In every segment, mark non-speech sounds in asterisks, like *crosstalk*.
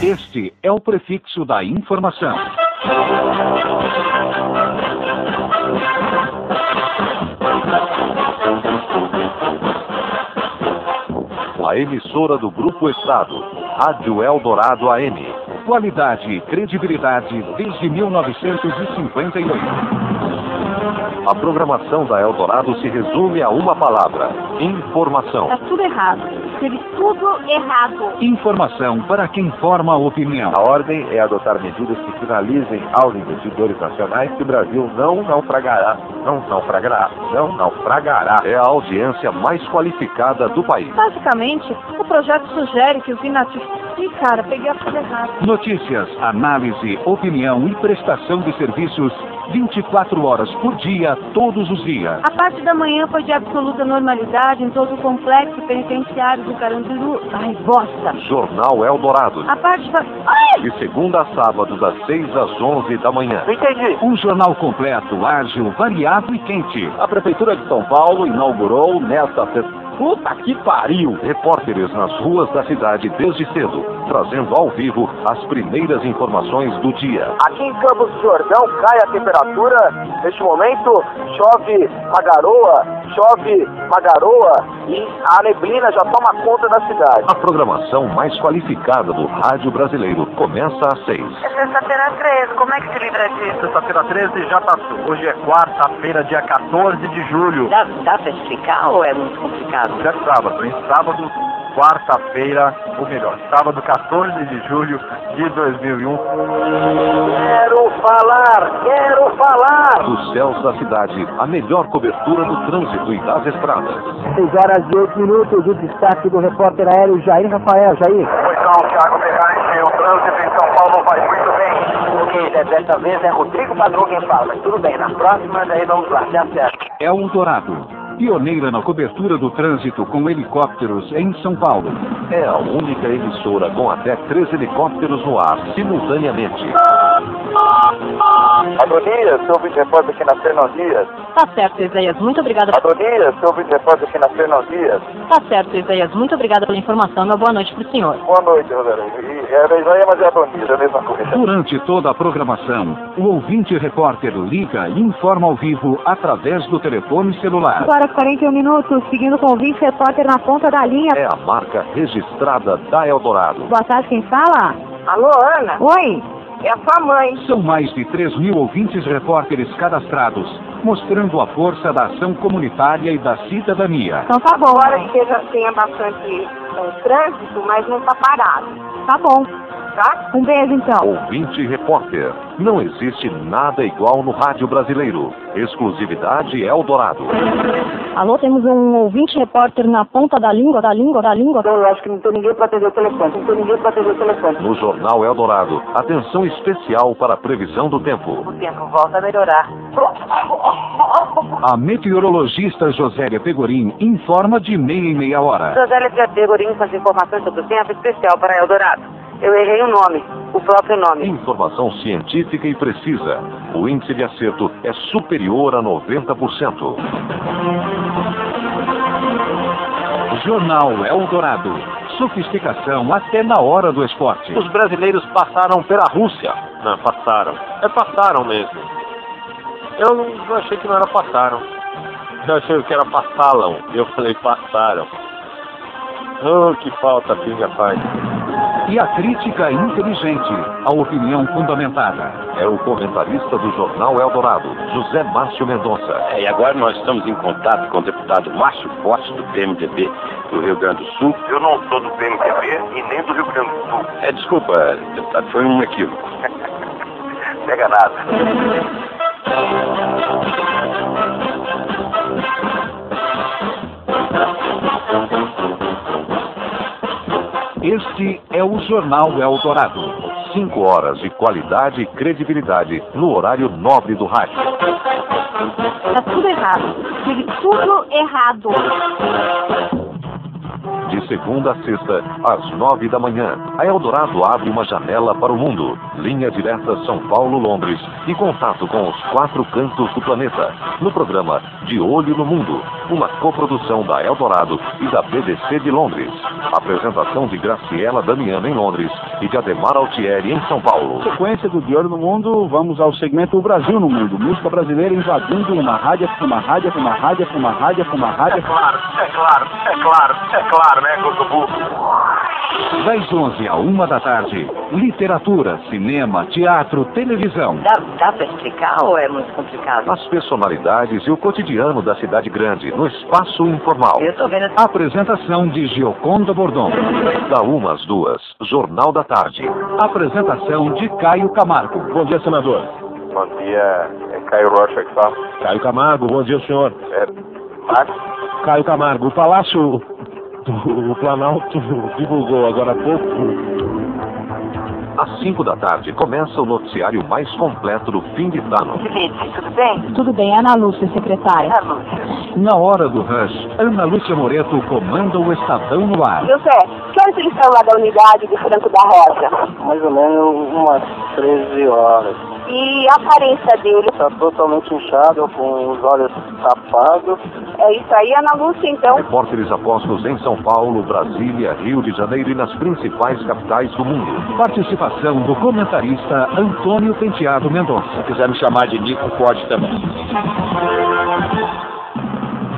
Este é o prefixo da informação. A emissora do Grupo Estado, Rádio Eldorado AM. Qualidade e credibilidade desde 1958. A programação da Eldorado se resume a uma palavra: informação. Tá tudo errado. Teve tudo errado. Informação para quem forma a opinião. A ordem é adotar medidas que finalizem aos investidores nacionais que o Brasil não naufragará. Não naufragará. Não naufragará. É a audiência mais qualificada do país. Basicamente, o projeto sugere que os inativos. Ih, cara, peguei a coisa errada. Notícias, análise, opinião e prestação de serviços 24 horas por dia, todos os dias. A parte da manhã foi de absoluta normalidade em todo o complexo penitenciário do Carandiru. Ai, bosta! Jornal Eldorado. A parte da... Ai! De segunda a sábado, das 6 às 11 da manhã. Entendi. Um jornal completo, ágil, variado e quente. A Prefeitura de São Paulo inaugurou nesta sexta. Puta que pariu! Repórteres nas ruas da cidade desde cedo, trazendo ao vivo as primeiras informações do dia. Aqui em Campos do Jordão cai a temperatura. Neste momento chove a garoa, chove a garoa e a neblina já toma conta da cidade. A programação mais qualificada do rádio brasileiro começa às seis. É sexta-feira 13, como é que se livra disso? Sexta-feira 13 já passou. Hoje é quarta-feira, dia 14 de julho. Dá, dá pra explicar ou é muito complicado? Já é sábado, hein? Sábado, quarta-feira, ou melhor, sábado 14 de julho de 2001. Quero falar, quero falar! Dos céus da cidade, a melhor cobertura do trânsito e das estradas. 6 horas e 8 minutos, o destaque do repórter aéreo Jair Rafael. Jair. Pois não, Thiago Ferrari, o trânsito em São Paulo vai muito bem. Ok, dessa vez é Rodrigo Padrão quem fala, mas tudo bem, na próxima daí vamos lá, já certo. É um dourado pioneira na cobertura do trânsito com helicópteros em São Paulo. É a única emissora com até três helicópteros no ar simultaneamente. Adonias, sou o vice-repórter aqui na Fernão Dias. Tá certo, Isaías. Muito obrigada. Adonias, sou o vice-repórter aqui na Fernão Dias. Tá certo, Isaías. Muito obrigada pela informação. Uma boa noite pro senhor. Boa noite, Rosario. Era Isaías, mas é Adonias, é a mesma coisa. Durante toda a programação, o ouvinte repórter liga e informa ao vivo através do telefone celular. Agora 41 minutos, seguindo com o ouvinte repórter na ponta da linha. É a marca registrada da Eldorado. Boa tarde, quem fala? Alô, Ana? Oi. É a sua mãe. São mais de 3 mil ouvintes repórteres cadastrados, mostrando a força da ação comunitária e da cidadania. Então tá bom. Agora que já tenha bastante é, trânsito, mas não tá parado. Tá bom. Tá? Um beijo então. Ouvinte repórter. Não existe nada igual no rádio brasileiro. Exclusividade Eldorado. Alô, temos um ouvinte repórter na ponta da língua, da língua, da língua. Eu acho que não tem ninguém para atender o telefone. Não tem ninguém para atender o telefone. No Jornal Eldorado, atenção especial para a previsão do tempo. O tempo volta a melhorar. A meteorologista Josélia Pegorim informa de meia e meia hora. Josélia Pegorim faz informações sobre o tempo especial para Eldorado. Eu errei o nome, o próprio nome. Informação científica e precisa. O índice de acerto é superior a 90%. Jornal Eldorado. Sofisticação até na hora do esporte. Os brasileiros passaram pela Rússia. Não, passaram. É, passaram mesmo. Eu não achei que não era passaram. Eu achei que era passaram. Eu falei passaram. Oh, que falta a pinga faz. E a crítica inteligente, a opinião fundamentada. É o comentarista do Jornal Eldorado, José Márcio Mendonça. É, e agora nós estamos em contato com o deputado Márcio Forte, do PMDB do Rio Grande do Sul. Eu não sou do PMDB e nem do Rio Grande do Sul. É, desculpa, deputado, foi um equívoco. *laughs* Pega nada. Este é o Jornal Eldorado. Cinco horas de qualidade e credibilidade no horário nobre do rádio. Tá tudo errado. Tive tudo errado. De segunda a sexta, às nove da manhã, a Eldorado abre uma janela para o mundo. Linha direta São Paulo-Londres e contato com os quatro cantos do planeta. No programa De Olho no Mundo, uma coprodução da Eldorado e da BBC de Londres. Apresentação de Graciela Damiano em Londres e de Ademar Altieri em São Paulo. Sequência do De Olho no Mundo, vamos ao segmento O Brasil no Mundo. Música brasileira invadindo uma rádio, uma rádio, uma rádio, uma rádio, uma rádio. É claro, é claro, é claro, é claro ar, né, Cotubu? Das 11 a 1 da tarde, literatura, cinema, teatro, televisão. Dá, dá pra explicar ou é muito complicado? As personalidades e o cotidiano da cidade grande no espaço informal. Eu tô vendo. Apresentação de Gioconda Bordon. Da 1 às 2, Jornal da Tarde. Apresentação de Caio Camargo. Bom dia, senador. Bom dia, é Caio Rocha que fala. Caio Camargo, bom dia, senhor. É, tá? Max? Caio Camargo, o Palácio o Planalto divulgou agora há pouco. Às 5 da tarde começa o noticiário mais completo do fim de ano. Tudo bem? Tudo bem, Ana Lúcia, secretária. Ana Lúcia. Na hora do rush, Ana Lúcia Moreto comanda o Estadão no ar. José, que horas eles estão lá da unidade de Franco da Rosa? Mais ou menos umas 13 horas. E a aparência dele? Está totalmente inchado, com os olhos tapados. É isso aí, Ana Lúcia, então. Repórteres apostos em São Paulo, Brasília, Rio de Janeiro e nas principais capitais do mundo. Participação do comentarista Antônio Penteado Mendonça. Se quiser me chamar de Nico, pode também.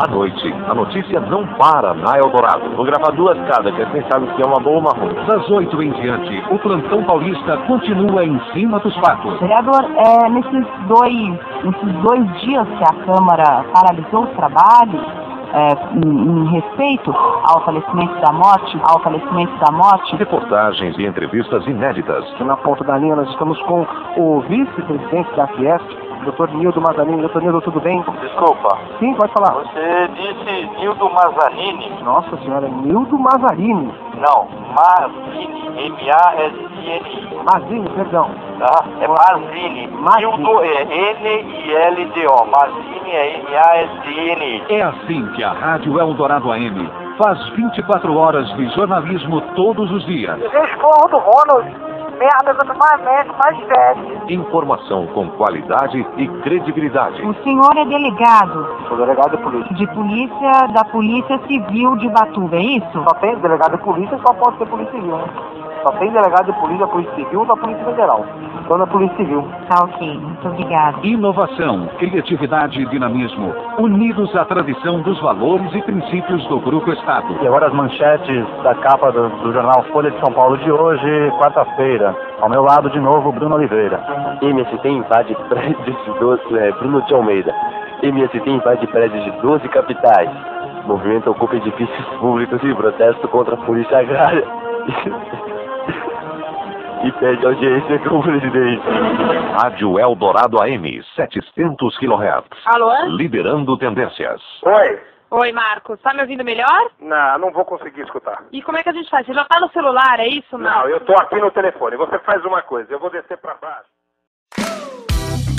À noite, a notícia não para na Eldorado. Vou gravar duas casas, que assim sabe se é uma boa ou uma ruim. Das oito em diante, o plantão paulista continua em cima dos fatos. Vereador, é, nesses, dois, nesses dois dias que a Câmara paralisou os trabalhos, é, em, em, respeito ao falecimento da morte, ao falecimento da morte. Reportagens e entrevistas inéditas. Na ponta da linha nós estamos com o vice-presidente da Fiesp, Doutor Nildo Mazanini. Doutor Nildo, tudo bem? Desculpa. Sim, pode falar. Você disse Nildo Mazanini. Nossa senhora, Nildo Mazzarini. Não, Mazini. M-A-S-I-N-I. Mazini, perdão. Ah, é Mazini. Nildo é N-I-L-D-O. Mazini é M-A-S-I-N-I. É assim que a Rádio Eldorado AM faz 24 horas de jornalismo todos os dias. Escorro do Ronald merda, quanto mais médico, mais velho. Informação com qualidade e credibilidade. O senhor é delegado. Sou delegado de polícia. De polícia, da Polícia Civil de Batuba, é isso? Só tem delegado de polícia, só pode ser polícia civil, né? Só tem delegado de polícia, da Polícia Civil ou da Polícia Federal. Só da Polícia Civil. Tá ok, muito obrigada. Inovação, criatividade e dinamismo, unidos à tradição dos valores e princípios do Grupo Estado. E agora as manchetes da capa do, do jornal Folha de São Paulo de hoje, quarta-feira. Ao meu lado, de novo, Bruno Oliveira. MST invade prédios de 12... É, Bruno de Almeida. MST invade prédios de 12 capitais. O movimento ocupa edifícios públicos e protesto contra a polícia agrária. *laughs* e pede audiência com o presidente. Rádio Eldorado AM, 700 kHz. Alô? Liderando tendências. Oi. Oi, Marcos. Tá me ouvindo melhor? Não, não vou conseguir escutar. E como é que a gente faz? Você já tá no celular, é isso, Marcos? Não, eu tô aqui no telefone. Você faz uma coisa, eu vou descer para baixo.